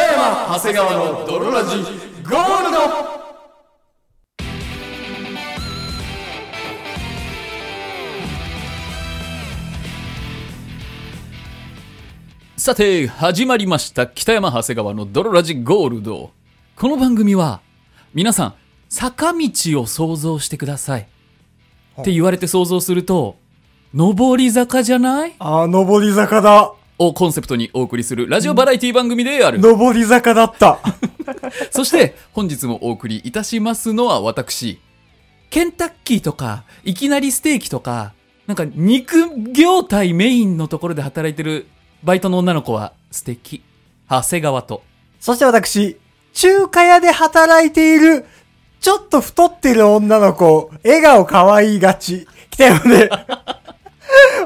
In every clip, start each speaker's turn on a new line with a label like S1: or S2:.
S1: 長谷川の泥ラジゴールドさて始まりました北山長谷川の泥ラジゴールドこの番組は皆さん坂道を想像してくださいって言われて想像すると上り坂じゃない
S2: あー、上り坂だ。
S1: をコンセプトにお送りするラジオバラエティ番組である
S2: 上り坂だった。
S1: そして本日もお送りいたしますのは私ケンタッキーとかいきなりステーキとかなんか肉業態メインのところで働いてるバイトの女の子は素敵長谷川と
S2: そして私、中華屋で働いている、ちょっと太ってる女の子、笑顔可愛いがち。北山で、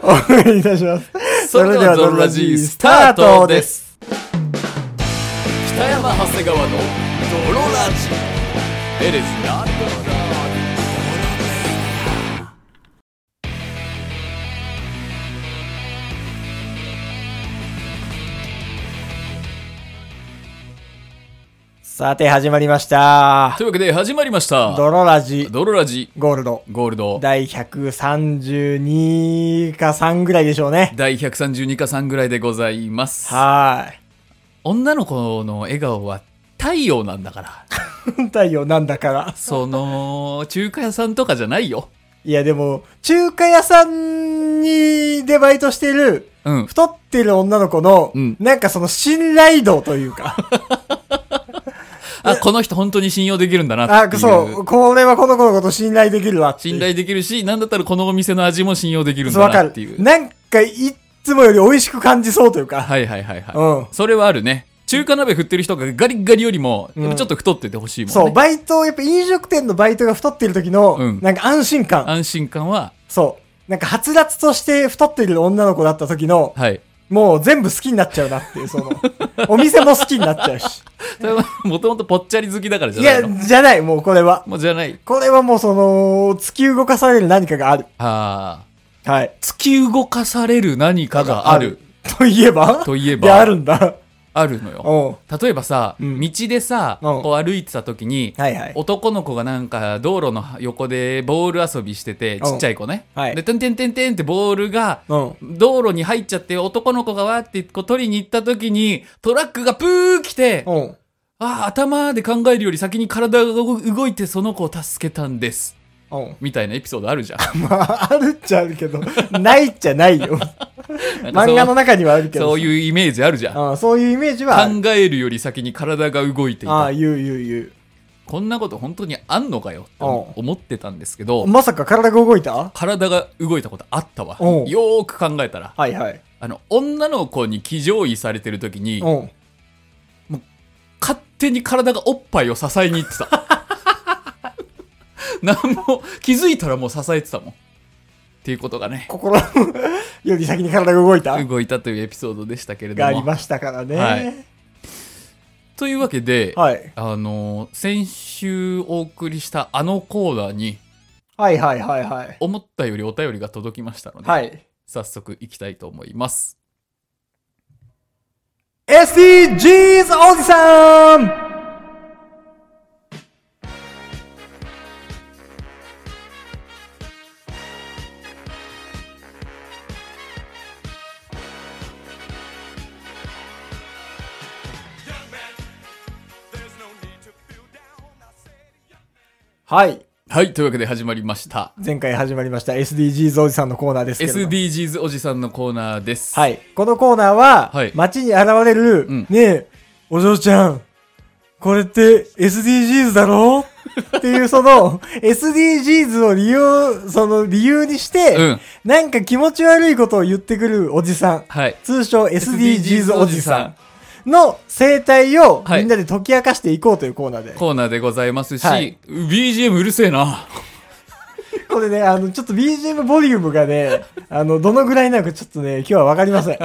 S2: お送りいたします。
S1: それではドロラジースタートです北山長谷川のドロラジ It is not
S2: さて、始まりました
S1: と。いうわけで始まりました
S2: ドロラジ、
S1: ドロラジ
S2: ゴールド。
S1: ゴールド
S2: 第132か3ぐらいでしょうね。
S1: 第132か3ぐらいでございます
S2: は
S1: 女の子の笑顔は太陽なんだ から。
S2: ーい。太陽なんだから。
S1: その、中華屋さんとかじゃないよ。
S2: いや、でも、中華屋さんに、でバイトしてる、
S1: うん。
S2: 太ってる女の子の、
S1: うん
S2: なんかその信頼度というか、
S1: あ、この人本当に信用できるんだなっ
S2: あ、
S1: ていう。
S2: そう、これはこの子のこと信頼できるわっていう。
S1: 信頼できるし、なんだったらこのお店の味も信用できるん
S2: そう
S1: だ
S2: わか
S1: なってい
S2: る。
S1: う。
S2: なんか、いつもより美味しく感じそうというか、
S1: はいはいはいはい。
S2: うん。
S1: それはあるね。中華鍋振ってる人がガリッガリよりも、
S2: うん
S1: やっぱちょっと太っててほしいもんね。
S2: そう、バイト、やっぱ飲食店のバイトが太ってる時の、
S1: うん
S2: なんか安心感。
S1: 安心感は、
S2: そう。なんか、はつらつとして太ってる女の子だった時の、
S1: はい。
S2: もう全部好きになっちゃうなっていう、その、お店も好きになっちゃうし。
S1: それは、もともとぽっちゃり好きだからじ
S2: い
S1: ゃない
S2: や
S1: の。、
S2: じゃない、もうこれは。
S1: もうじゃない。
S2: これはもうその、突き動かされる何かがある。
S1: ああ。
S2: はい。
S1: 突き動かされる何かがある。。
S2: といえば
S1: といえば
S2: で、あるんだ。
S1: あるのよ。
S2: おう
S1: 例えばさ、
S2: うん
S1: 道でさ、
S2: うん
S1: こう歩いてた時に、
S2: はいはい。
S1: 男の子がなんか道路の横でボール遊びしてて
S2: うん
S1: ちっちゃい子ね、
S2: はい
S1: でてんてんてんてんってボールが
S2: うん。
S1: 道路に入っちゃって男の子がわーってこう取りに行った時にトラックがプー来て、
S2: うん。
S1: ああ頭で考えるより先に体が動いてその子を助けたんです
S2: うん。
S1: みたいなエピソードあるじゃん
S2: まあ、あるっちゃあるけど、ないっちゃないよ。
S1: なんかそう
S2: 漫画の中にはあるけど。。
S1: そういううイメージあるじゃん
S2: うん、そういうイメージはある。
S1: 考えるより先に体が動いてい
S2: あ
S1: た
S2: あ、言う言う言
S1: こんなこと本当にあんのかよって思思ってたんですけど
S2: う。まさか体が動いた
S1: 体が動いたことあったわ
S2: うん
S1: よーく考えたら
S2: はいはい。
S1: あの、女の子に騎乗位されてる時に
S2: う、ん。
S1: 勝手に体がおっぱいを支えに行ってた。 なんも、気づいたらもう支えてたもん。っていうことがね、
S2: 心 より先に体が動いた
S1: 動いたというエピソードでしたけれ
S2: があり
S1: ども。
S2: ましたから
S1: はい
S2: ね。
S1: というわけで、
S2: はい。
S1: あの、先週お送りしたあのコーナーに、
S2: はいはいはいはい。
S1: 思ったよりお便りが届きましたので、
S2: はい。
S1: 早速いきたいと思います。
S2: SDGs おじさんはい。
S1: はい、というわけで始まりました。
S2: 前回始まりました SDGs おじさんのコーナーですけれども。
S1: SDGs おじさんのコーナーです。
S2: はい。このコーナーは、
S1: はい
S2: 街に現れる、
S1: うん
S2: ねえ、お嬢ちゃん、これって SDGs だろ っていうその、SDGs を理由、その理由にして、
S1: うん
S2: なんか気持ち悪いことを言ってくるおじさん、
S1: はい。
S2: 通称
S1: SDGs
S2: SDGs おじ
S1: お
S2: さ
S1: じ
S2: んの生態を
S1: はい
S2: みんなで解き明かしていこうというコーナーで。
S1: コーナーでございますし、
S2: はい
S1: BGM うるせえな。
S2: これね、あの、ちょっと BGM ボリュームがね、あの、どのぐらいなのかちょっとね、今日はわかりません。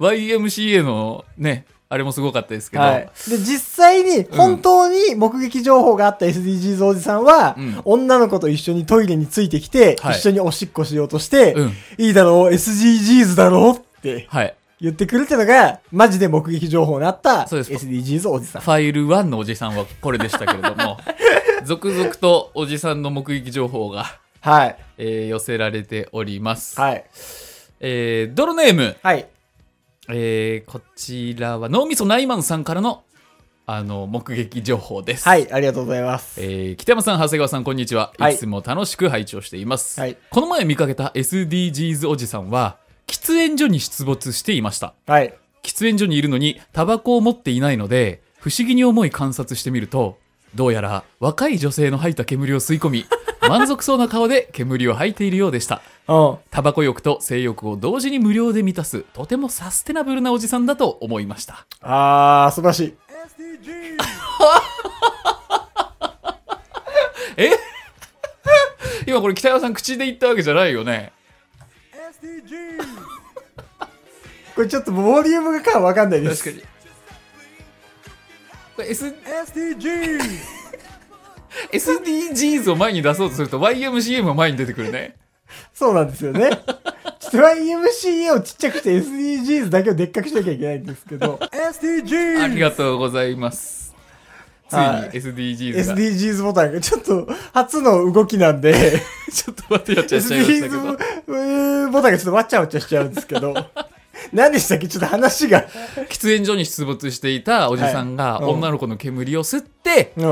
S1: YMCA のね、あれもすごかったですけど、
S2: はい、で実際に本当に目撃情報があった SDGs おじさんは、
S1: うん
S2: 女の子と一緒にトイレについてきて、
S1: はい
S2: 一緒におしっこしようとして、
S1: うん
S2: いいだろう SDGs だろうって
S1: はい。
S2: 言ってくるってのが、マジで目撃情報になった
S1: そうです
S2: SDGs おじさん。
S1: ファイル1のおじさんはこれでしたけれど も続々とおじさんの目撃情報が、
S2: はい。
S1: えー寄せられております、
S2: はい。
S1: えードロネーム、
S2: はい。
S1: えーこちらは脳みそないまんさんからのあの目撃情報です、
S2: はい。ありがとうございます。
S1: えー北山さん長谷川さんこんにちは、
S2: はい
S1: い、つも楽しく拝聴しています、
S2: はい
S1: この前見かけた SDGs おじさんは喫煙所に出没していました
S2: はい。
S1: 喫煙所にいるのにタバコを持っていないので不思議に思い観察してみるとどうやら若い女性の吐いた煙を吸い込 み満足そうな顔で煙を吐いているようでした
S2: うん。
S1: タバコ欲と性欲を同時に無料で満たすとてもサステナブルなおじさんだと思いました
S2: あー、素晴らしい。
S1: え今これ北山さん口で言ったわけじゃないよね
S2: これちょっとボリュームがわかんないです。
S1: 確かにこれ S
S2: SDGs!
S1: SDGs を前に出そうとすると YMCM も前に出てくるね
S2: そうなんですよね。 ちょっと YMCA をちっちゃくして SDGs だけをでっかくしなきゃいけないんですけど。
S1: あり
S2: SDGs!
S1: がとうございますついに
S2: はい
S1: SDGs が
S2: SDGs ボタンがちょっと初の動きなん で、
S1: ちょっと待ってやっちゃいましたけ
S2: SDGs
S1: ど
S2: ボボタンがちょっとわっちゃわっちゃしちゃうんですけど。 何でしたっけちょっと話が。
S1: 喫煙所に出没していたおじさんが
S2: はいうん
S1: 女の子の煙を吸って、
S2: う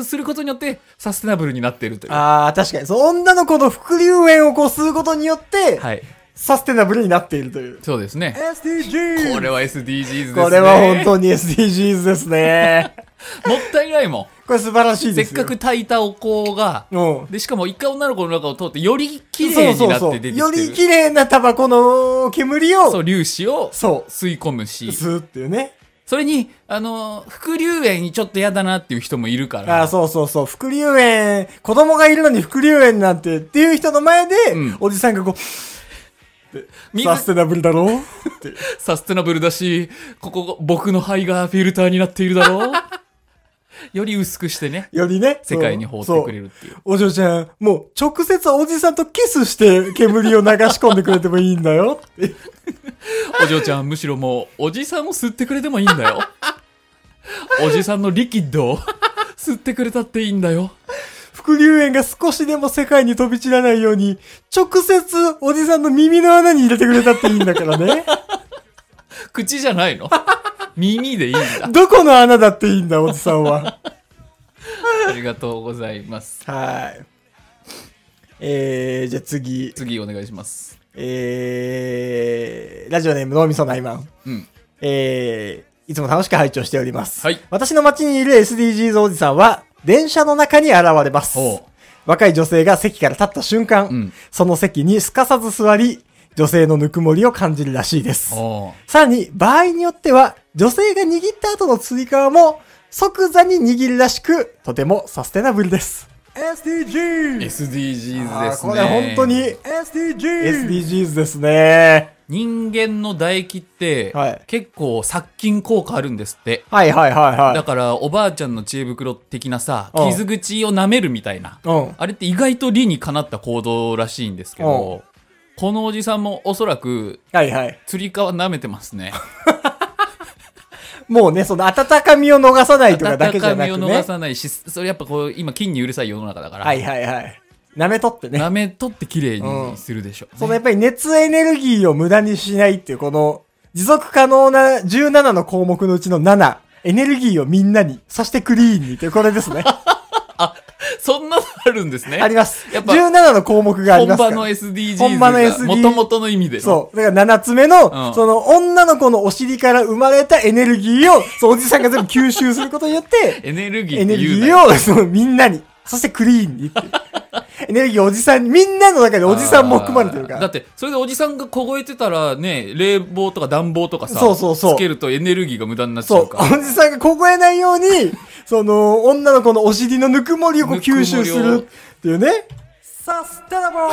S2: ん。
S1: することによってサステナブルになっているという
S2: あー、確かに。その女の子の副流煙をこう吸うことによって、
S1: はい
S2: サステナブルになっているという。
S1: そうですね
S2: SDGs!
S1: これは SDGs ですね
S2: これは本当に SDGs ですね。
S1: 当もったいないも
S2: これ素晴らしい
S1: んせ
S2: で
S1: っ
S2: す
S1: か
S2: よ。
S1: く炊いたお香が
S2: うん。
S1: でしかも一回女の子の中を通ってより綺麗になっ
S2: そうそ
S1: て出
S2: うそ
S1: てきて
S2: う
S1: る
S2: より綺麗なタバコの煙
S1: そ
S2: を
S1: う粒子を
S2: そ
S1: 吸い込むし
S2: う吸うっていうね
S1: それにあの副流煙ちょっと嫌だなっていう人もいるか
S2: あ
S1: ら
S2: あそうそうそう副流煙子供がいるのに副流煙なんてっていう人の前で、
S1: うん
S2: おじさんがこう
S1: 水
S2: サステナブルだろうって
S1: サステナブルだし、ここ、僕の肺がフィルターになっているだ ろうより薄くしてね、
S2: よりね
S1: 世界に放ってくれ
S2: る
S1: るっていう。
S2: お嬢ちゃんもう直接おじさんとキスして煙を流し込んでくれてもいいんだよって
S1: お嬢ちゃん、むしろもう、おじさんを吸ってくれてもいいんだ よ。おじさんのリキッドを 吸ってくれたっていいんだよ。
S2: 副流煙が少しでも世界に飛び散らないように直接おじさんの耳の穴に入れてくれたっていいんだからね
S1: 口じゃないの耳でいいんだ。
S2: どこの穴だっていいんだおじさんは
S1: ありがとうございます。
S2: はい。えー、じゃあ次。
S1: 次お願いします。
S2: えー、ラジオネーム脳みそないまん。
S1: うん。
S2: えー、いつも楽しく拝聴しております。
S1: はい
S2: 私の街にいる SDGs おじさんは、電車の中に現れます
S1: おう。
S2: 若い女性が席から立った瞬間、
S1: うん
S2: その席にすかさず座り、女性のぬくもりを感じるらしいです。
S1: おう
S2: さらに、場合によっては、女性が握った後の追加も、即座に握るらしく、とてもサステナブルです。SDGs!
S1: SDGs
S2: あ
S1: で
S2: ー
S1: すね。
S2: これ本当に SDGs, SDGs ですね。
S1: 人間の唾液って、
S2: はい
S1: 結構殺菌効果あるんですって。
S2: はいはいはい
S1: だ
S2: は
S1: から、おばあちゃんの知恵袋的なさ、
S2: うん
S1: 傷口を舐めるみたいな。
S2: い。うん。
S1: あれって意外と理にかなった行動らしいんですけど、このおじさんもおそらく、
S2: はいはい。
S1: 釣り革舐めてますね。
S2: もうね、その温かみを逃さないとかだけ
S1: 温
S2: じゃ
S1: か
S2: な
S1: み
S2: く
S1: を
S2: ね
S1: 逃。さないし、それやっぱこう、今菌にうるさい世の中だから、
S2: はいはいはい。舐めとってね。
S1: 舐め取って綺麗にするでしょうね、
S2: そのやっぱり熱エネルギーを無駄にしないっていう、この持続可能な17の項目のうちの7。エネルギーをみんなに、そしてクリーンにっていう、こ れですね。
S1: そんなのあるんですね。
S2: あります。
S1: やっぱ
S2: 17の項目があり
S1: 本
S2: ますか
S1: 場
S2: ら。
S1: の SDGs
S2: 本場の SD
S1: もともとの意味での
S2: そう。だから7つ目の、
S1: うん
S2: その女の子のお尻から生まれたエネルギーを、そうおじさんが全部吸収することによって、
S1: エネルギー
S2: エ
S1: っ
S2: ネ
S1: て
S2: ルギ
S1: 言うなよ
S2: ーを そのみんなに、そしてクリーンにっていう。エネルギーをおじさんに、みんなの中でおじさんも含まれてるか
S1: あーだ
S2: ら
S1: っ。てそれでおじさんが凍えてたらね冷房とか暖房とかさ
S2: そうそうそう
S1: つけるとエネルギーが無駄になっちゃ
S2: そうう。お
S1: から
S2: じさんが凍えないよう に、その、女の子のお尻のぬくもりをこう
S1: ぬくもりを
S2: 吸収するっていうね。サステナブル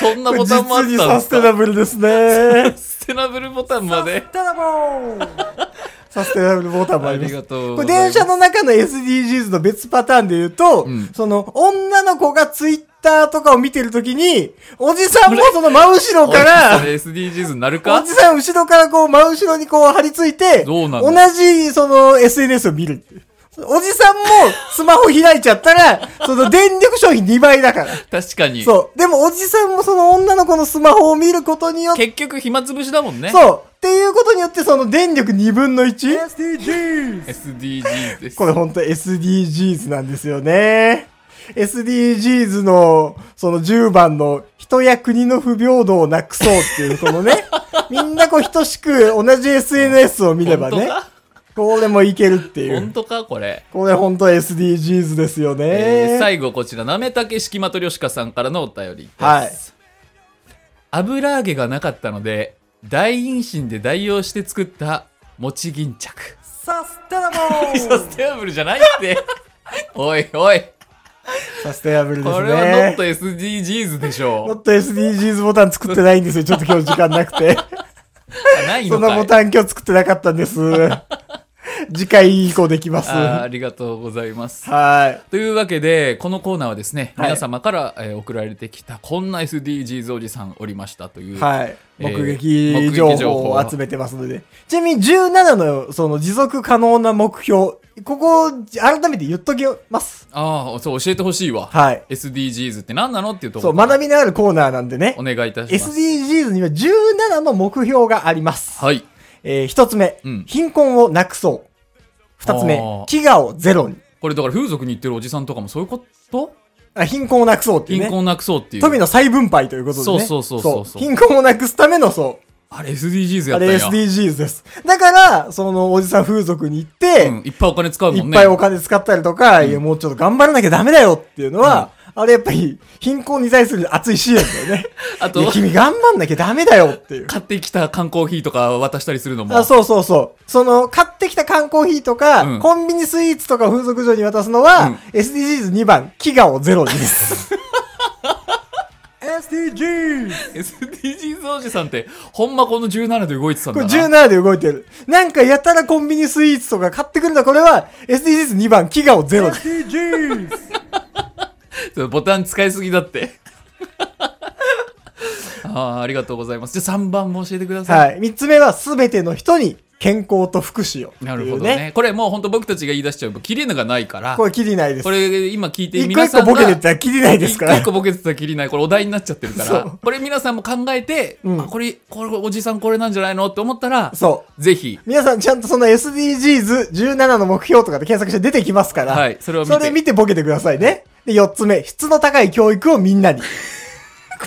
S1: そんなボタンもあったん
S2: 実に
S1: です
S2: サ
S1: か
S2: ステナブルですね。
S1: サステナブルボタンまで
S2: テナブルサステナブルボタンもあ
S1: あ
S2: りま
S1: り
S2: す。
S1: がとうご
S2: これ
S1: ざいま
S2: 電
S1: す。
S2: 車の中の SDGs の別パターンで言うと、
S1: うん
S2: その女の子がツイッターとかを見てるときに、おじさんもその真後ろか
S1: おい
S2: ら、
S1: それ SDGs になる
S2: お
S1: か
S2: じさん後ろからこう真後ろにこう張り付いて、
S1: どうなん
S2: 同じその SNS を見る。おじさんもスマホ開いちゃっ たら、その電力消費2倍だから。
S1: 確かに。
S2: そう。でもおじさんもその女の子のスマホを見ることによって、
S1: 結局暇つぶしだもんね。
S2: そう。っていうことによってその電力2分の 1?SDGs!
S1: SDGs です。
S2: これ本当 SDGs なんですよね。SDGs のその10番の人や国の不平等をなくそうっていうこの ね、みんなこう等しく同じ SNS を見ればね
S1: 本当、か
S2: これもいけるってい
S1: 本
S2: う。
S1: 当かこれ。
S2: これ本当 SDGs ですよ
S1: えー
S2: ね。
S1: 最後こちらなめたけしきまとりょしかさんからのお便りです、
S2: はい
S1: 油揚げがなかったので大陰唇で代用して作った餅巾着
S2: サステナブ
S1: サ ステナブルじゃないって おいおい
S2: サステナブルで
S1: こ
S2: す
S1: れはノッ
S2: ね
S1: ト。SDGs でし
S2: も
S1: ょ
S2: っと SDGs ボタン作ってないんですよ。ちょっと今日時間なくて。
S1: あない
S2: そ
S1: の
S2: んな
S1: か
S2: ボ
S1: い
S2: タン今日作ってなかったん です。次回以降できます。
S1: あー
S2: は
S1: ありがとうございます
S2: い。
S1: というわけでこのコーナーはですね、
S2: はい
S1: 皆様から、えー送られてきたこんな SDGs おじさんおりましたという、
S2: はい。
S1: えー
S2: 目撃情報を集めてますので。ちなみに17のその持続可能な目標、ここ改めて言っときます。
S1: ああそう教えてほしいわ、
S2: はい。
S1: SDGs って何なのっていうとこ
S2: そ
S1: ろ
S2: う、学びのあるコーナーなんでね
S1: お。願いいたします
S2: SDGs には17の目標があります。
S1: はい。
S2: えー、一つ目、
S1: うん
S2: 貧困をなくそう。二つ目
S1: あー、
S2: 飢餓をゼロに。
S1: これだから風俗に行ってるおじさんとかもそういうこと
S2: あ貧困をなくそうっていう
S1: 貧
S2: ね。
S1: 困をなくそうっていう。
S2: 富の再分配ということでね。
S1: そうそうそうそうそう
S2: 貧困をなくすためのそう。
S1: あれ SDGs や
S2: あ
S1: ったん
S2: れ
S1: や。
S2: SDGs です。だから、そのおじさん風俗に行って、
S1: うん、いっぱいお金使うもん
S2: い
S1: ね。
S2: っぱいお金使ったりとか、いや、もうちょっと頑張らなきゃダメだよっていうのは、あれやっぱり貧困に対する熱い支援だよね。
S1: あ
S2: いや
S1: と、
S2: 君頑張んなきゃダメだよっていう。
S1: 買ってきた缶コーヒーとか渡したりするのも。
S2: あそうそうそう。その、買ってきた缶コーヒーとか、
S1: うん
S2: コンビニスイーツとか風俗嬢に渡すのは、
S1: うん
S2: SDGs2 番、飢餓をゼロに です。SDGs!
S1: SDGs おじさんって、ほんまこの17で動いてたん
S2: こ
S1: だ
S2: れ
S1: な。
S2: 17で動いてる。なんかやたらコンビニスイーツとか買ってくるんだ。これは SDGs2 番、飢餓をゼロ。SDGs!
S1: ボタン使いすぎだって。 ああ、ありがとうございます。じゃあ3番も教えてください。
S2: はい。三つ目は、すべての人に健康と福祉を。
S1: なるほどね。。これもう本当僕たちが言い出しちゃうと、切れのがないから
S2: こ。れ、きりないです
S1: こ。れ今聞いて
S2: 一個
S1: 皆
S2: 一
S1: さ
S2: 個
S1: んが
S2: ボケてったらきりないですか
S1: 一個
S2: ら
S1: 一。個ボケてたらきりない。これお題になっちゃってるか
S2: そ
S1: ら
S2: う。
S1: これ皆さんも考えて、
S2: うん
S1: あこれ、これおじさんこれなんじゃないのって思ったら、
S2: そう。
S1: ぜひ、
S2: 皆さん、ちゃんとその SDGs17 の目標とかで検索して出てきますから。
S1: はいそれを見て
S2: それ見てボケてくださいね。で、四つ目、質の高い教育をみんなに。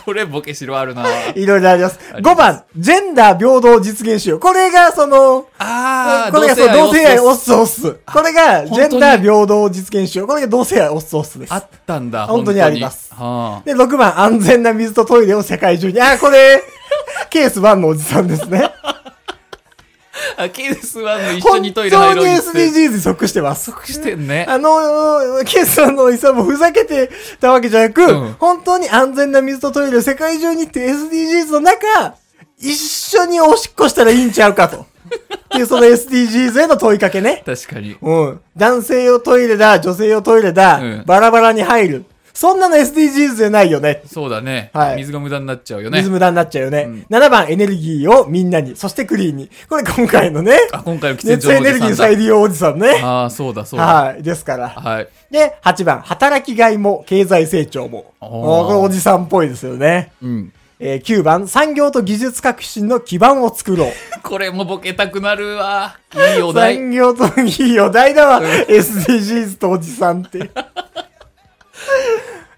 S1: これボケしろある な
S2: いろいろあります。
S1: あります
S2: 5番、ジェンダー平等を実現しよう。これが、その、
S1: ああ、
S2: これがそう同性愛
S1: を
S2: オスオス。これがジ
S1: 本当に
S2: ェンダー平等を実現しよう。これが同性愛オスオスです
S1: あ。ったんだ。
S2: 本当にあります
S1: は
S2: で、6番、安全な水とトイレを世界中に。あー、これ、ケース1のおじさんですね。
S1: あ。あケースワンの一緒にトイレ
S2: 本
S1: 入ろ
S2: 当
S1: う
S2: に
S1: よって。
S2: SDGs に即してます。
S1: してんね。
S2: あの、ケース1のおじさんもふざけてたわけじゃな
S1: う
S2: く、
S1: ん
S2: 本当に安全な水とトイレを世界中にっていう SDGs の中、一緒におしっこしたらいいんちゃう かと。っていうその SDGs への問いかけね。
S1: 確かに。
S2: うん。男性用トイレだ、女性用トイレだ、
S1: うん
S2: バラバラに入る。そんなの SDGs じゃないよね。
S1: そうだね、
S2: はい
S1: 水が無駄になっちゃうよね
S2: 水。無駄になっちゃうよね、
S1: ん
S2: 7番エネルギーをみんなに、そしてクリーンに。これ今回のね、
S1: あ、今回の喫煙
S2: 熱
S1: 所
S2: エ
S1: のお
S2: ネ
S1: じ
S2: ルギー
S1: さん
S2: 再利用おじさん
S1: だ。
S2: ね。
S1: ああ、そうだそうだ。
S2: はい。ですから。
S1: はい。
S2: で、8番、働きがいも経済成長も。
S1: あー
S2: おーこれおじさんっぽいですよね。
S1: うん。
S2: えー9番、産業と技術革新の基盤を作ろう。
S1: これもボケたくなるわ。いいお題。
S2: 産業といいお題だわ。SDGs とおじさんって。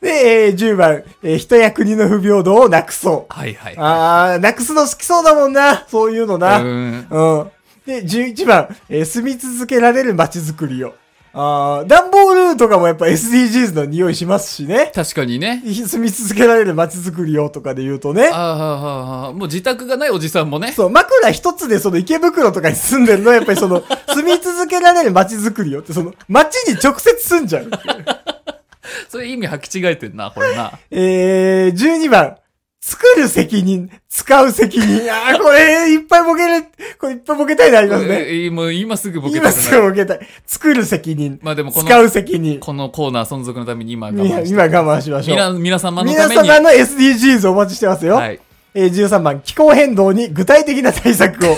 S2: で、えー10番、えー人や国の不平等をなくそう。
S1: はいはい。
S2: あー、なくすの好きそうだもんな。そういうのな。うん。
S1: うん。
S2: で、11番、えー住み続けられる街づくりを。あー、段ボールとかもやっぱ SDGs の匂いしますしね。
S1: 確かにね。
S2: 住み続けられる街づくりをとかで言うとね
S1: あ。あああ、ああもう自宅がないおじさんもね。
S2: そう、枕一つでその池袋とかに住んでるのはやっぱりそ の、住み続けられる街づくりよって、その、街に直接住んじゃうっていう。
S1: それ意味履き違えてんな、これな。
S2: えー、12番、作る責任、使う責任。ああ、これ、いっぱいボケる、これいっぱいボケたいなりますね。
S1: えーもう今すぐボケたくな
S2: 今
S1: る
S2: すぐボケたい。作る責任、
S1: まあでもこ
S2: 使
S1: の
S2: う責任。
S1: このコーナー存続のために今我
S2: いや
S1: 慢して
S2: 今我慢しましょう。
S1: 皆皆様のた
S2: 皆
S1: めに
S2: 様の SDGs お待ちしてますよ。
S1: はい、
S2: えー13番、気候変動に具体的な対策 を。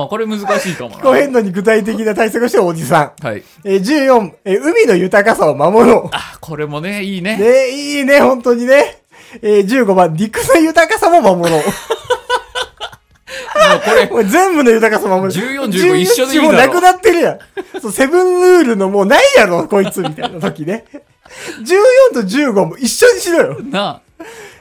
S1: ああこれ難しいかも
S2: 気候
S1: な
S2: 変動に具体的な対策をしてるおじさ
S1: はい
S2: ん。えー14、えー海の豊かさを守ろ。
S1: あこれもねいいうね
S2: ね、いいね、本当にね。えー15番、陸の豊かさも 守ろう。
S1: もうこれ
S2: もう全部の豊かさ守る。
S1: 14 15一緒でいいだろ
S2: もうなくなってるやん。そう、セブンルールのもうないやろ、こいつ、みたいな時ね。14と15も一緒にしろよ。
S1: な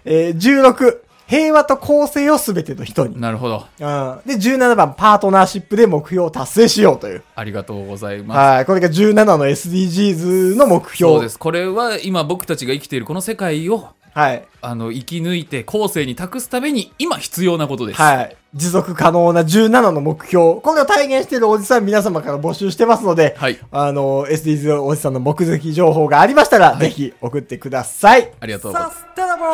S2: えー16、平和と公正をすべての人に。
S1: なるほど
S2: うんで、17番、パートナーシップで目標を達成しようという。
S1: ありがとうございます
S2: はい。これが17の SDGs の目標。
S1: そうですこれは今僕たちが生きているこの世界を
S2: はい。
S1: あの生き抜いて後世に託すために今必要なことです、
S2: はい。持続可能な17の目標。これを体現しているおじさん皆様から募集してますので、
S1: はい
S2: あの、SDGs おじさんの目的情報がありましたら、ぜひ送ってください。
S1: ありがとうございます
S2: ステナブル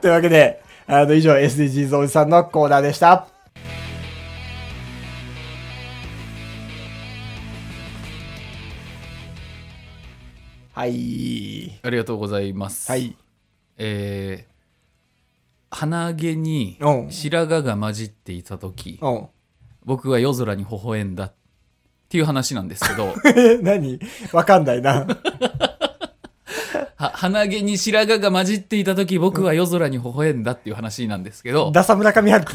S2: というわけで、あの、以上 SDGs おじさんのコーナーでした。はい。
S1: ありがとうございます、
S2: はい。
S1: えー鼻毛に
S2: うん
S1: 白髪が混じっていた時
S2: うん。
S1: 僕は夜空に微笑んだっていう話なんですけ ど
S2: 何わかんないな。
S1: は鼻毛に白髪が混じっていた時僕は夜空に微笑んだっていう話なんですけど
S2: ダサ村上春樹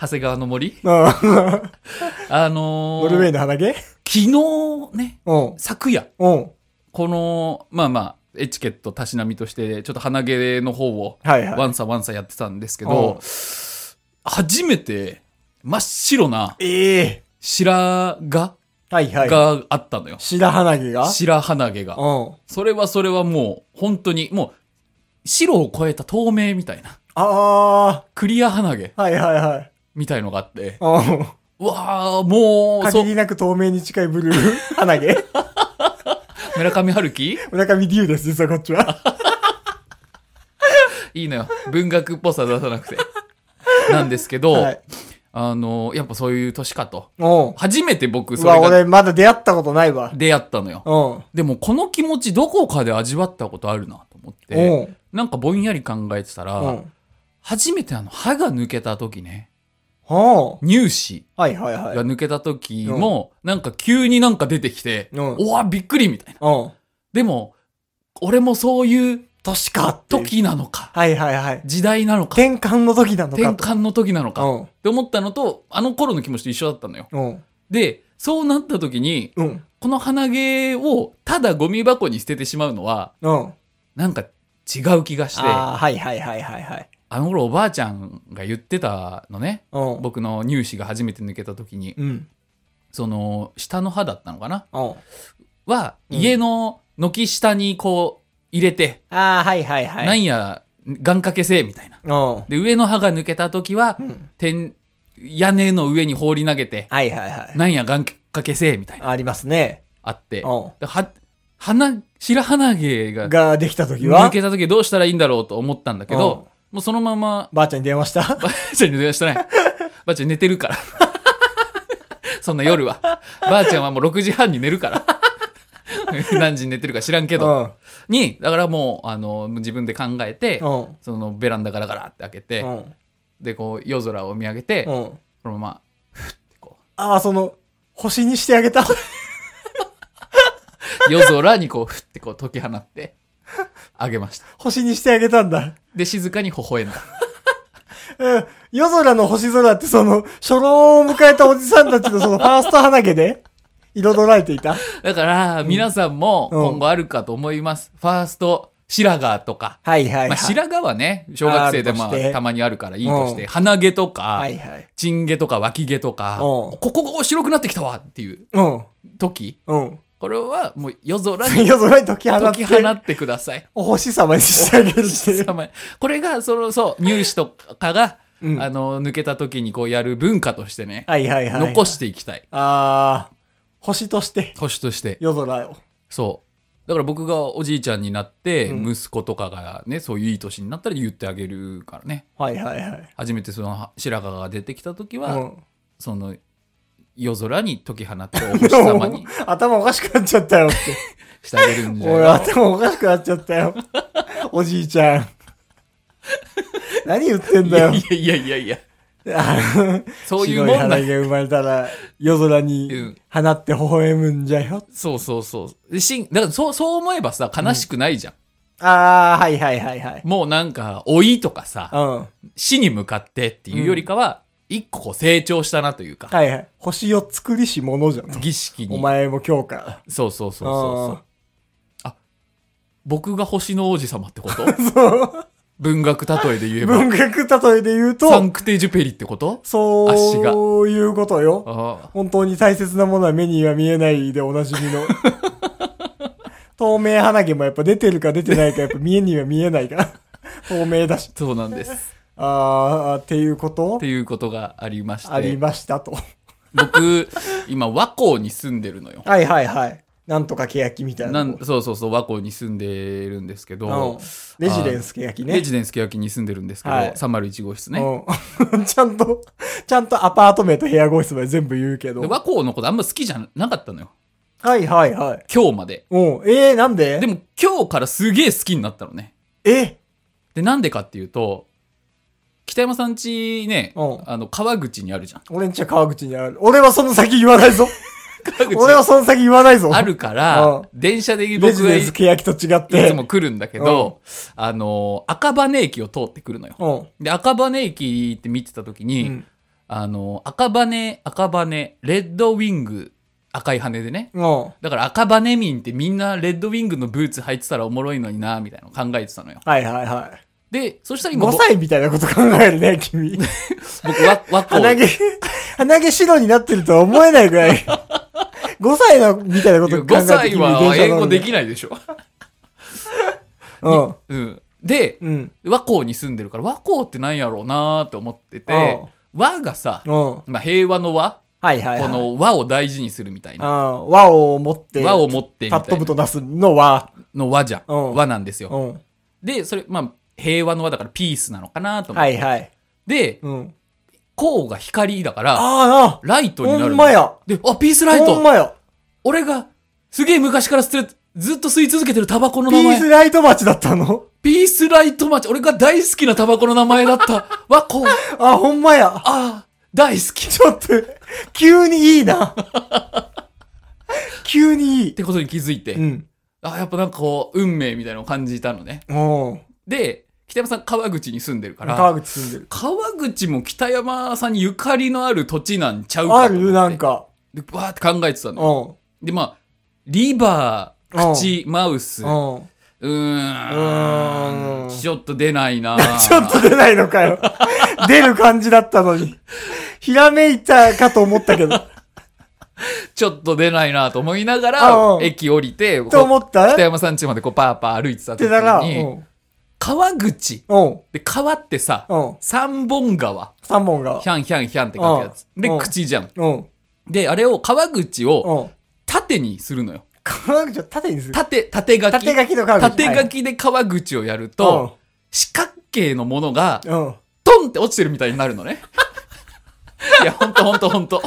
S1: 長谷川の森
S2: うん。ノ
S1: あのー
S2: ルウェーの鼻毛
S1: 昨日ね
S2: うん。
S1: 昨夜
S2: うん。
S1: このまあまあエチケットたしなみとしてちょっと鼻毛の方を
S2: はいはい。
S1: ワンサワンサやってたんですけ
S2: うん
S1: ど初めて真っ白な
S2: ええ
S1: 白髪
S2: はいはい。
S1: があったのよ、
S2: 白鼻毛が
S1: 白鼻毛が
S2: うん。
S1: それはそれはもう本当にもう白を超えた透明みたいな
S2: あ
S1: クリア鼻毛
S2: あ、はいはいはい。
S1: みたいのがあって
S2: うん。
S1: うわあもうそ
S2: 限りなく透明に近いブルー鼻毛。
S1: 村上春樹
S2: 村上龍です、実はこっちは。
S1: いいのよ文学っぽさ出さな くてなんですけど、
S2: はい。
S1: あのやっぱそういう年かと
S2: うん。
S1: 初めて僕
S2: う
S1: そ
S2: わ、
S1: れが
S2: 俺まだ出会ったことないわ。
S1: 出会ったのよ
S2: うん。
S1: でもこの気持ちどこかで味わったことあるなと思っ
S2: う
S1: て
S2: ん。
S1: なんかぼんやり考えてたら、
S2: うん。
S1: 初めてあの歯が抜けた時ね
S2: は
S1: 乳歯
S2: あ。はいはいはい。う
S1: が抜けた時も、なんか急になんか出てきて、
S2: うん。
S1: おわびっくりみたいなんでも俺もそういう
S2: 年かっていう。
S1: 時なのか
S2: はいはいはい。
S1: 時代なのか
S2: 転換の時なの
S1: 転
S2: かと。
S1: 換の時なのか、って思ったのとあの頃の気持ちと一緒だったのよ
S2: うん。うん。
S1: でそうなった時に
S2: うん。
S1: この鼻毛をただゴミ箱に捨ててしまうのは
S2: うん。
S1: なんか違う気がして
S2: ああ、はいはいはいはいはい。
S1: あの頃おばあちゃんが言ってたのね
S2: うん。
S1: 僕の乳歯が初めて抜けた時に
S2: うん。
S1: その下の歯だったのかな
S2: うん。
S1: は
S2: うん
S1: 家の軒下にこう入れて、
S2: ああ、はいはいはい。
S1: なんや願掛けせえみたいな
S2: うん。
S1: で上の歯が抜けた時は、
S2: うん。
S1: 天屋根の上に放り投げて、
S2: はいはいはい。
S1: なんや願掛けせえみたいな
S2: ありますね。
S1: あって
S2: う
S1: では鼻白鼻毛が
S2: ん。ができた時は
S1: 抜、けた時どうしたらいいんだろうと思ったんだけど、もうそのまま
S2: ばあちゃんに電話した
S1: ばあちゃんに電話してない。ばあちゃん寝てるから。 そんな夜は。ばあちゃんはもう6時半に寝るから。 何時に寝てるか知らんけど。に、だからもう、あの、自分で考えて
S2: う、ん。うん。
S1: そのベランダガラガラって開けて、
S2: うん。
S1: で、こう夜空を見上げて、
S2: う
S1: こ
S2: ん。
S1: のまま、ふってこ
S2: ああ、その、星にしてあげた。
S1: う、夜空にこう、ふってこう解き放 って、あげました。
S2: 星にしてあげたんだ。
S1: で、静かに微笑んだ。
S2: うん。夜空の星空ってその、初老を迎えたおじさんたちのその、ファースト花毛で、彩られていた。
S1: だから、皆さんも
S2: うん
S1: 今後あるかと思います。ファースト、白髪とか、
S2: はいはいはい。
S1: まあ、白髪はね小学生でま
S2: あ
S1: あ
S2: るとして
S1: たまにあるからいいとして、
S2: うん
S1: 鼻毛とか、
S2: はいはい。
S1: チン毛とか脇毛とか、
S2: うん
S1: こここ白くなってきたわっていう
S2: うん。
S1: 時
S2: うん。
S1: これはもう夜空 に
S2: 夜空に解き放
S1: 解
S2: っ
S1: き放
S2: て、
S1: ってください。
S2: お星様にしてあげる して。
S1: お前これがそのそう乳歯とかが、
S2: うん
S1: あの抜けた時にこうやる文化としてね、
S2: はいはいはい。
S1: 残していきたい
S2: ああ、星として、
S1: 星として
S2: 夜空を。
S1: そうだから僕がおじいちゃんになって、
S2: うん
S1: 息子とかがね、そういういい年になったら言ってあげるからね。
S2: はいはいはい。
S1: 初めてその白髪が出てきた時は、
S2: うん
S1: その、夜空に解き放ってお星様に
S2: 頭おかしくなっちゃったよって。
S1: してあげるんじゃ
S2: お
S1: ない
S2: い、頭おかしくなっちゃったよ。 おじいちゃん。 何言ってんだよ。
S1: いやいやいやいや、
S2: あの
S1: そういう
S2: 白
S1: もんだ
S2: 花。が生まれたら、夜空
S1: うん
S2: に放って微笑むんじゃよ。
S1: そうそうそう。でしんだからそう、そう思えばさ、悲しくないじゃん。
S2: ああ、はいはいはいはい。
S1: もうなんか、老いとかさ、
S2: うん。
S1: 死に向かってっていうよりかは、一個こう成長したなというか、
S2: はいはい。星を作りし者じゃん。
S1: 儀式
S2: お
S1: に。
S2: 前も今日か
S1: そうそうそうそうそう。僕が星の王子様ってこと
S2: ら。 そう。
S1: 文学例えで言えば。
S2: 文学例えで言う
S1: サン
S2: と、
S1: クテージュペリってこと足が
S2: そういうことよ。
S1: ああ。
S2: 本当に大切なものは目には見えないでおなじみ の。透明鼻毛もやっぱ出てるか出てないかやっぱ見えには見えないから。透明だし。
S1: そうなんです。
S2: あー、っていうこと
S1: っていうことがありまし
S2: あり
S1: て。
S2: ましたと。
S1: 僕、今、和光に住んでる のよ。
S2: はいはいはい。なんとか欅みたい
S1: な
S2: な。
S1: んそうそうそう、和光に住んでるんですけ
S2: うん
S1: ど、
S2: レジデンス欅ね。
S1: レジデンス欅に住んでるんですけど、
S2: はい
S1: 301号室ね。
S2: うん ちゃんと、ちゃんとアパート名と部屋号室まで全部言うけど
S1: で。和光のことあんま好きじゃなかったのよ。
S2: はいはいはい。
S1: 今日まで。
S2: うん。えー、なんで
S1: でも今日からすげえ好きになったのね。
S2: え
S1: で、なんでかっていうと、北山さん家ね、
S2: うん
S1: あの、川口にある じゃん。
S2: 俺んちは川口にある。俺はその先言わ ないぞ。
S1: 川口
S2: 俺はその先言わないぞ。
S1: あるから
S2: うん、
S1: 電車で
S2: レ
S1: 僕
S2: ジ
S1: が
S2: デ
S1: い
S2: ンス欅と違っ
S1: い
S2: て。
S1: つも来るんだけど、あの、赤羽駅を通ってくるのよ。
S2: うん。
S1: で、赤羽駅って見てた時に、
S2: うん
S1: あの、赤羽、赤羽、レッドウィング、赤い羽でね。
S2: うん。
S1: だから赤羽民ってみんなレッドウィングのブーツ履いてたらおもろいのにな、みたいなの考えてたのよ。
S2: はいはいは
S1: で、そしたら
S2: い。
S1: 今
S2: 5
S1: ぼ
S2: 歳みたいなこと考えるね、 君。
S1: 僕わ、和光
S2: 鼻毛、鼻毛白になってるとは思えないぐ らい。5歳の、みたいなこと考え
S1: 5
S2: て
S1: 歳
S2: 君
S1: は英語で
S2: る。
S1: きないでしょ。
S2: うん。
S1: うん。で、
S2: うん。
S1: 和光に住んでるから、和光ってなんやろうなーって思ってて
S2: ああ、
S1: 和がさ、
S2: うん。はい
S1: まあ、平和の和、
S2: はいはい。
S1: この和を大事にするみたいな。
S2: あ和を持って、
S1: 和を持ってみ
S2: た
S1: た
S2: っ飛
S1: い
S2: ぶ
S1: な
S2: となすの和。
S1: の和じゃん。
S2: うん
S1: 和なんです
S2: う
S1: よ。
S2: ん。
S1: で、それ、まあ、平和の和だからピースなのかなと思っ
S2: は
S1: て。
S2: いはい。
S1: で、
S2: うん。
S1: 光が光だから、
S2: ああ
S1: ライトになるの。
S2: ほんまや
S1: で、あ、ピース
S2: な
S1: ライ
S2: ほん
S1: ト
S2: まや。
S1: 俺が、すげえ昔から捨てる、ずっと吸い続けてるタバコの
S2: ピ
S1: 名
S2: ース
S1: 前。
S2: ライト町だったの
S1: ピースライトマッチ。俺が大好きなタバコの名前だ った。和光。
S2: あ、ほんまや。
S1: ああ、大好き。っ
S2: ちょっと、急にい いな。急にいい。
S1: てことに気づいて。
S2: うん。
S1: あ、やっぱなんかこう、運命みたいなのを感じたのね。
S2: うん。
S1: で、北山さん川口に住んでるから、
S2: 川口住んでる。
S1: 川口も北山さんにゆかりのある土地なんちゃうか
S2: あ
S1: と思って
S2: るなん。か。
S1: で、わーって考えてた
S2: う
S1: の。
S2: ん。
S1: で、まあ、リバー、口、マウス、うーん
S2: うん。うーん
S1: ちょっと出ないな
S2: ちょっと出ないのかよ。 出る感じだったのに。ひらめいたかと思っ たけど。
S1: ちょっと出ないなと思いなが
S2: うん
S1: ら
S2: う、ん
S1: 駅降りて、ことう
S2: 思ったっ
S1: 北
S2: て
S1: 山さん家までこうパーパー歩いてた時
S2: たら、う
S1: に、
S2: ん。
S1: 川口。
S2: うん。
S1: で、川ってさ、
S2: うん。
S1: 三本川。
S2: 三本が
S1: ヒ。ャンヒャンヒャンって書くやつ。
S2: うん
S1: で
S2: う、ん
S1: 口じゃん。
S2: うん。
S1: で、あれを川口を
S2: うん。
S1: 縦にするのよ。
S2: 川口を縦にする。
S1: 縦、縦書き。
S2: 縦書きの川口。
S1: 縦書きで川口をやると、四角形のものが、
S2: はい。うん。
S1: トンって落ちてるみたいになるの ね。いや、ほんとほんとほんと。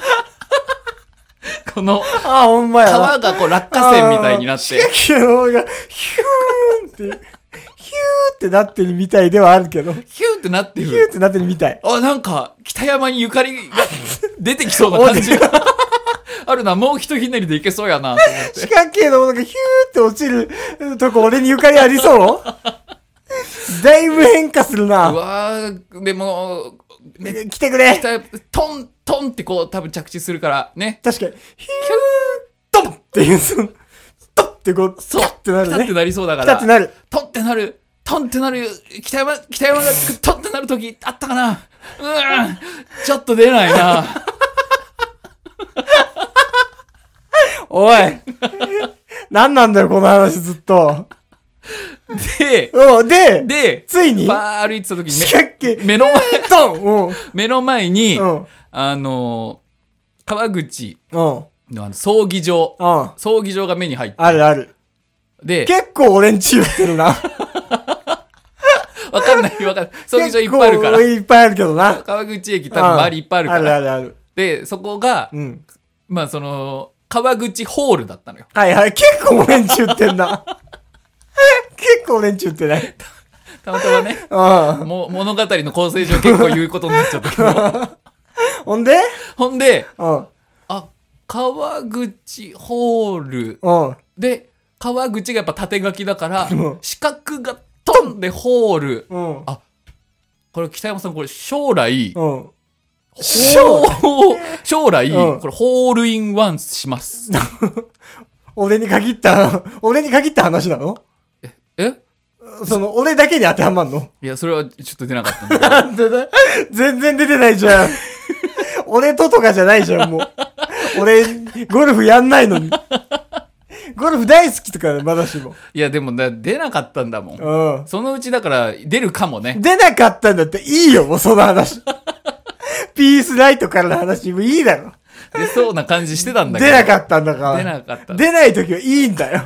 S1: この、
S2: あ、ほんまやな。
S1: 川がこう落下線みたいになっ
S2: あー
S1: て、
S2: 四角形の方が、ヒューンって、ヒューってなってるみたいではあるけど、ヒ
S1: ヒューってなって
S2: ューっ
S1: る。
S2: てなってるみたい。
S1: あ、なんか、北山にゆかりが出てきそうな感 じがあるな。もう一ひねりでいけそうやな、と思って。
S2: 四角形のものがヒューって落ちるとこ俺にゆかりありそう だいぶ変化する
S1: う
S2: な。
S1: わー、でも、ね、
S2: 来てくれ
S1: 北山トン、トンってこう、多分着地するから、ね。
S2: 確かに、ヒュー
S1: トン
S2: っていう、その、トッってこう、
S1: そう
S2: キャッてなる
S1: ピタって
S2: ね。
S1: なりそうだか
S2: ピタ
S1: ら。
S2: ってなる。
S1: トンってなる。トンってなる。北山、北山がトンってなるときあったかなうーん。ちょっと出ないな。
S2: おい。何なんだよ、この話ずっと。
S1: で、
S2: うん、で、
S1: で、
S2: ついに、
S1: バー歩いてたときに
S2: 四角形、
S1: 目、目の前、
S2: ドンうん。
S1: 目の前に、
S2: うん。
S1: あのー、川口
S2: うん。
S1: のあの葬儀場、
S2: うん。
S1: 葬儀場が目に入って、
S2: あるある。
S1: で、
S2: 結構俺んち言ってるな。
S1: わかんないわかんない。葬儀場いっぱいあるか
S2: 結構
S1: ら。
S2: いっぱいあるけどな。
S1: 川口駅多分周りいっぱいあるか
S2: うんあ
S1: ら。
S2: るあるある。
S1: で、そこが、
S2: うん。
S1: まあその、川口ホールだったのよ。
S2: はいはい。結構俺んち言ってんな。 結構俺んち言ってない。うん。、
S1: たまたまね
S2: ほ
S1: も物語の構成上結構言うことになっちゃったけ ど。
S2: んで
S1: ほんで、
S2: うん。
S1: あ、川口ホール
S2: うん。
S1: で、川口がやっぱ縦書きだから
S2: うん、
S1: 四角がトンでホール。
S2: うん。
S1: これ北山さん、これ将来、
S2: うん。将
S1: ほう将来、
S2: うん
S1: これホールインワンします。
S2: 俺に限った、 俺に限った話なの
S1: え
S2: その、俺だけに当てはまんの
S1: いや、それはちょっと出なかったんだけど。
S2: なんでだ全然出てないじゃん。俺ととかじゃないじゃん、もう。俺、ゴルフやんないのに。ゴルフ大好きとか、まだしも。
S1: いや、でもだ出なかったんだもん。
S2: う
S1: そのうちだから出るかも
S2: ん。
S1: ね。
S2: 出なかったんだっていいよ、もうそ の話。ピースナイトからの話、もういいだろ。
S1: 出そうな感じしてたんだけど。
S2: 出なかったんだから。
S1: 出なかった
S2: 出ない時はいいん だよ。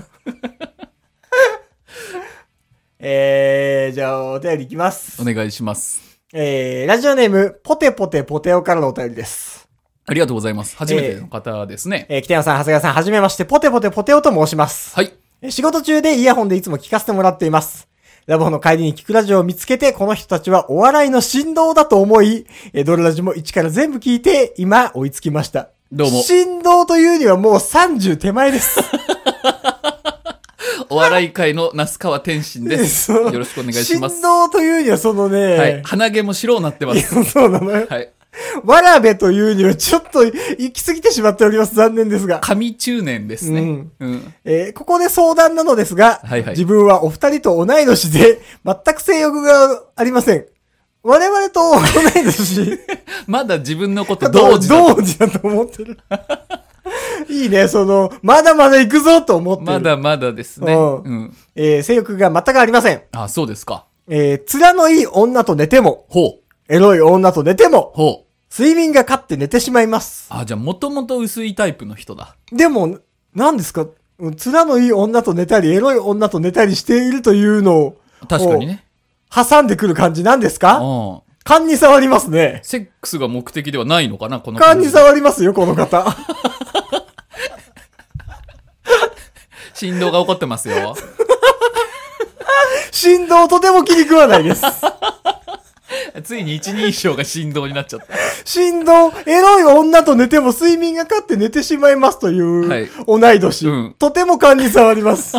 S2: えー、じゃあお便りいきます
S1: お。願いします。
S2: えー、ラジオネーム、ポテポテポテオからのお便りです。
S1: ありがとうございます。初めての方ですね。
S2: えー北山さん、長谷川さん、はじめまして、ポテポテポテオと申します。
S1: はい。
S2: えー仕事中でイヤホンでいつも聞かせてもらっています。ラボの帰りに聞くラジオを見つけて、この人たちはお笑いの振動だと思い、えードルラジも一から全部聞いて、今追いつきました。
S1: どうも
S2: 振動というにはもう30手前です。
S1: お笑い界の那須川天心 です。
S2: そう
S1: よろしくお願いします
S2: 振。動というにはそのね、
S1: はい。鼻毛も白になってま
S2: いや
S1: す。
S2: そうなのよ。
S1: はい。
S2: わらべというにはちょっと行き過ぎてしまっております。残念ですが。
S1: 神中年ですね。
S2: うん
S1: うん
S2: えーここで相談なのですが、
S1: はいはい
S2: 自分はお二人と同い年で、 全く性欲がありません。我々と同 い年
S1: まだ自分のこと
S2: だ
S1: 同
S2: と
S1: 時だと
S2: 同時だと思ってる。 いいね、その、まだまだ行くぞと思ってる。
S1: まだまだですね。
S2: うん
S1: うん。
S2: えー性欲が全くありません。
S1: あ、そうですか。
S2: えー面のいい女と寝ても、
S1: ほう。
S2: エロい女と寝ても、
S1: ほう。
S2: 睡眠が勝って寝てしまいます。
S1: あ、じゃあもともと薄いタイプの人だ。
S2: でも、何ですかうん面のいい女と寝たり、エロい女と寝たりしているというのを
S1: 確かにね。
S2: 挟んでくる感じなんですか
S1: うん。
S2: 勘に触りますね。
S1: セックスが目的ではないのかなこの
S2: 勘に
S1: さ
S2: 触りますよ、こ の方。
S1: 振動が起こってますよ。
S2: 振動とても気に食わな いです。
S1: ついに一人称が振動になっちゃった。
S2: 振動、エロい女と寝ても睡眠が勝って寝てしまいますという、
S1: はい
S2: 同い年、
S1: うん
S2: とても勘に触り ます。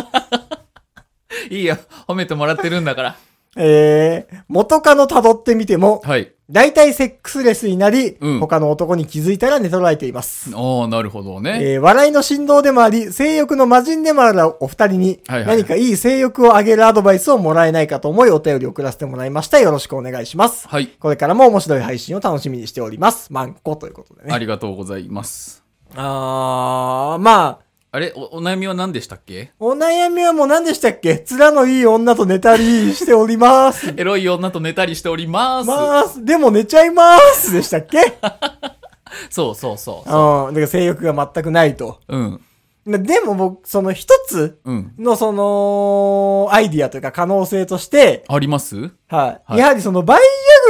S1: いいよ。褒めてもらってるんだから。
S2: えー、元カノ辿ってみても、
S1: はい。
S2: 大体セックスレスになり、
S1: うん
S2: 他の男に気づいたら寝取られています。
S1: ああ、なるほどね。
S2: えー笑いの振動でもあり、性欲の魔人でもあるお二人に、
S1: はいはい
S2: 何かいい性欲を上げるアドバイスをもらえないかと思いお便りを送らせてもらいました。よろしくお願いします。
S1: はい。
S2: これからも面白い配信を楽しみにしております。マンコということでね。
S1: ありがとうございます。
S2: あー、まあ、
S1: あれおお悩みは何でしたっけ
S2: お悩みはもう何でしたっけ面のいい女と寝たりしてお ります。
S1: エロい女と寝たりしております。
S2: まあ、でも寝ちゃいますでしたっけ
S1: そうそうそううそ
S2: ん。だから性欲が全くないと。
S1: う。うん。
S2: なでも僕、その一つ
S1: うん。
S2: のその、アイディアというか可能性として、
S1: ありますう
S2: はい。
S1: はい
S2: やはりそのバイ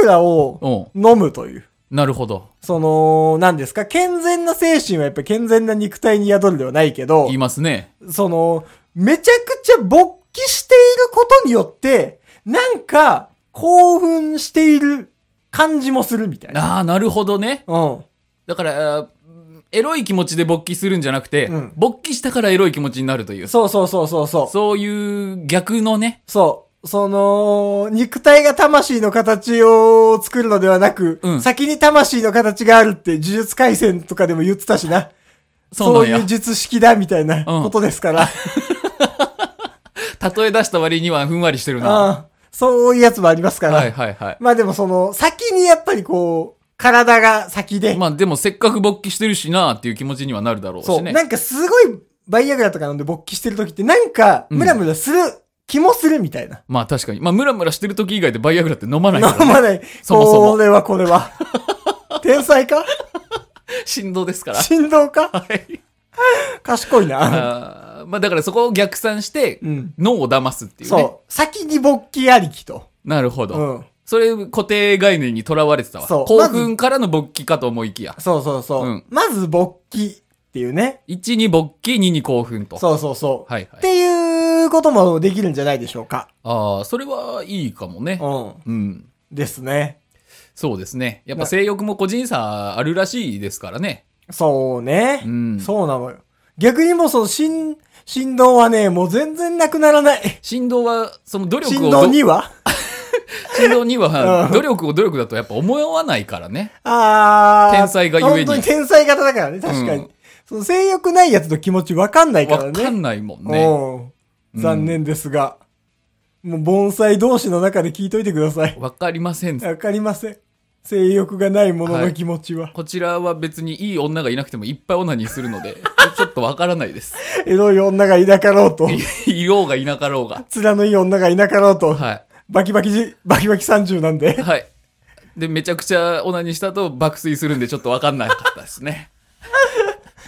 S2: アグラを
S1: ん。
S2: 飲むという。
S1: なるほど。
S2: その、何ですか健全な精神はやっぱり健全な肉体に宿るではないけど
S1: 言い、ますね。
S2: その、めちゃくちゃ勃起していることによって、なんか、興奮している感じもするみたいな。
S1: ああ、なるほどね。
S2: うん。
S1: だから、あーエロい気持ちで勃起するんじゃなくて、
S2: うん
S1: 勃起したからエロい気持ちになるという。
S2: そうそうそうそうそう。
S1: そういう逆のね。
S2: そう。その、肉体が魂の形を作るのではなく、
S1: うん
S2: 先に魂の形があるって呪術廻戦とかでも言ってたしな。
S1: そうなん
S2: い
S1: や
S2: う術式だみたいな
S1: うん
S2: ことですから。
S1: 例え出した割にはふんわりしてる な。
S2: うん。そういうやつもありますから。
S1: はいはいはい。
S2: まあでもその、先にやっぱりこう、体が先で、
S1: まあでもせっかく勃起してるしなーっていう気持ちにはなるだろう
S2: そう。
S1: し
S2: な
S1: ね。
S2: んかすごい、バイアグラとか飲んで勃起してる時って、なんか、
S1: うん
S2: ムラムラする気もするみたいな。
S1: まあ確かに。まあムラムラしてる時以外でバイアグラって飲まない
S2: 飲
S1: から、ね。
S2: まない。
S1: そもそも
S2: これはこれ は。天才か
S1: 振動ですから。
S2: 振動か
S1: はい。
S2: 賢いな。
S1: あーまあだからそこを逆算して、
S2: うん。
S1: 脳を騙すっていうね。
S2: そう。先に勃起ありきと。
S1: なるほど。
S2: うん。
S1: それ固定概念にとらわれてたわ。
S2: そう
S1: 興奮からの勃起かと思いきや。
S2: そうそうそう。
S1: うん
S2: まず勃起っていうね。
S1: 1に勃起、2に興奮と。
S2: そうそうそう。
S1: はいは
S2: っ
S1: い。
S2: ていうこともできるんじゃないでしょうか。
S1: ああ、それはいいかもね。
S2: うん。
S1: うん。
S2: ですね。
S1: そうですね。やっ
S2: な
S1: ぱ性欲も個人差あるらしいですからね。
S2: そうね。
S1: うん。
S2: そうなのよ。逆にもうその振、振動はね、もう全然なくならない。
S1: 振動は、その努力を、
S2: 振動には
S1: 振動には
S2: うん
S1: 努力を努力だとやっぱ思わないからね。
S2: あー。
S1: 天才がゆえに
S2: 本当に天才型だからね、確かに。
S1: うん
S2: その性欲ないやつの気持ちわかんないから
S1: わ
S2: ね。
S1: かんないもんね。
S2: ね。残念ですが。もう盆栽同士の中で聞いといてください。
S1: わかりません。
S2: わかりません。性欲がない者の気持ちは。
S1: こちらは別にいい女がいなくてもいっぱい女にするので、ちょっとわからないです。
S2: エロい女がいなかろうと、
S1: いようがいなかろうが。
S2: 面のいい女がいなかろうと、
S1: は
S2: バキバキじ、バキバキ30なん
S1: い。
S2: で。
S1: はい。で、めちゃくちゃオナニーしたと爆睡するんでちょっとわかんなかったです ね。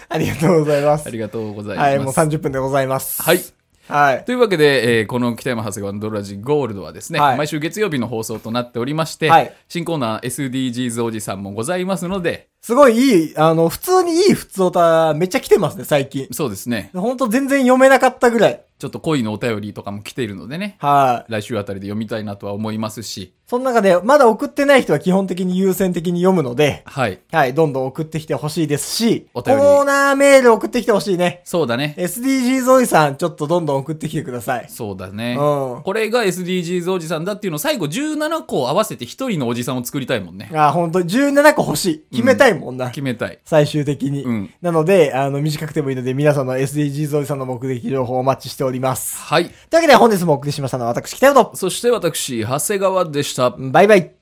S2: ありがとうございます。
S1: ありがとうございます。
S2: はい、もう30分でございます。
S1: はい。
S2: はい。
S1: というわけで、えーこの北山長谷川のドロラジゴールドはですね、
S2: はい
S1: 毎週月曜日の放送となっておりまして、
S2: はい
S1: 新コーナー SDGs おじさんもございますので、
S2: すごいいい、あの、普通にいい普通歌めっちゃ来てますね、最近。
S1: そうですね、
S2: ほんと全然読めなかったぐらい。
S1: ちょっと恋のお便りとかも来ているのでね、
S2: はい。
S1: 来週あたりで読みたいなとは思いますし、
S2: その中で、まだ送ってない人は基本的に優先的に読むので、
S1: はい。
S2: はい、どんどん送ってきてほしいですし、コ
S1: お便り
S2: ーナーメール送ってきてほしいね。
S1: そうだね。
S2: SDGs おじさん、ちょっとどんどん送ってきてください。
S1: そうだね。
S2: うん
S1: これが SDGs おじさんだっていうのを最後17個合わせて一人のおじさんを作りたいもんね。
S2: あー、ほんと、17個欲しい。決めたいもんな。
S1: 決めたい。
S2: 最終的に。
S1: うん
S2: なので、あの、短くてもいいので、皆さんの SDGs おじさんの目的情報をお待ちしております。
S1: はい。
S2: というわけで、本日もお送りしましたのは、私、北野と、
S1: そして私、長谷川でした。
S2: バイバイ。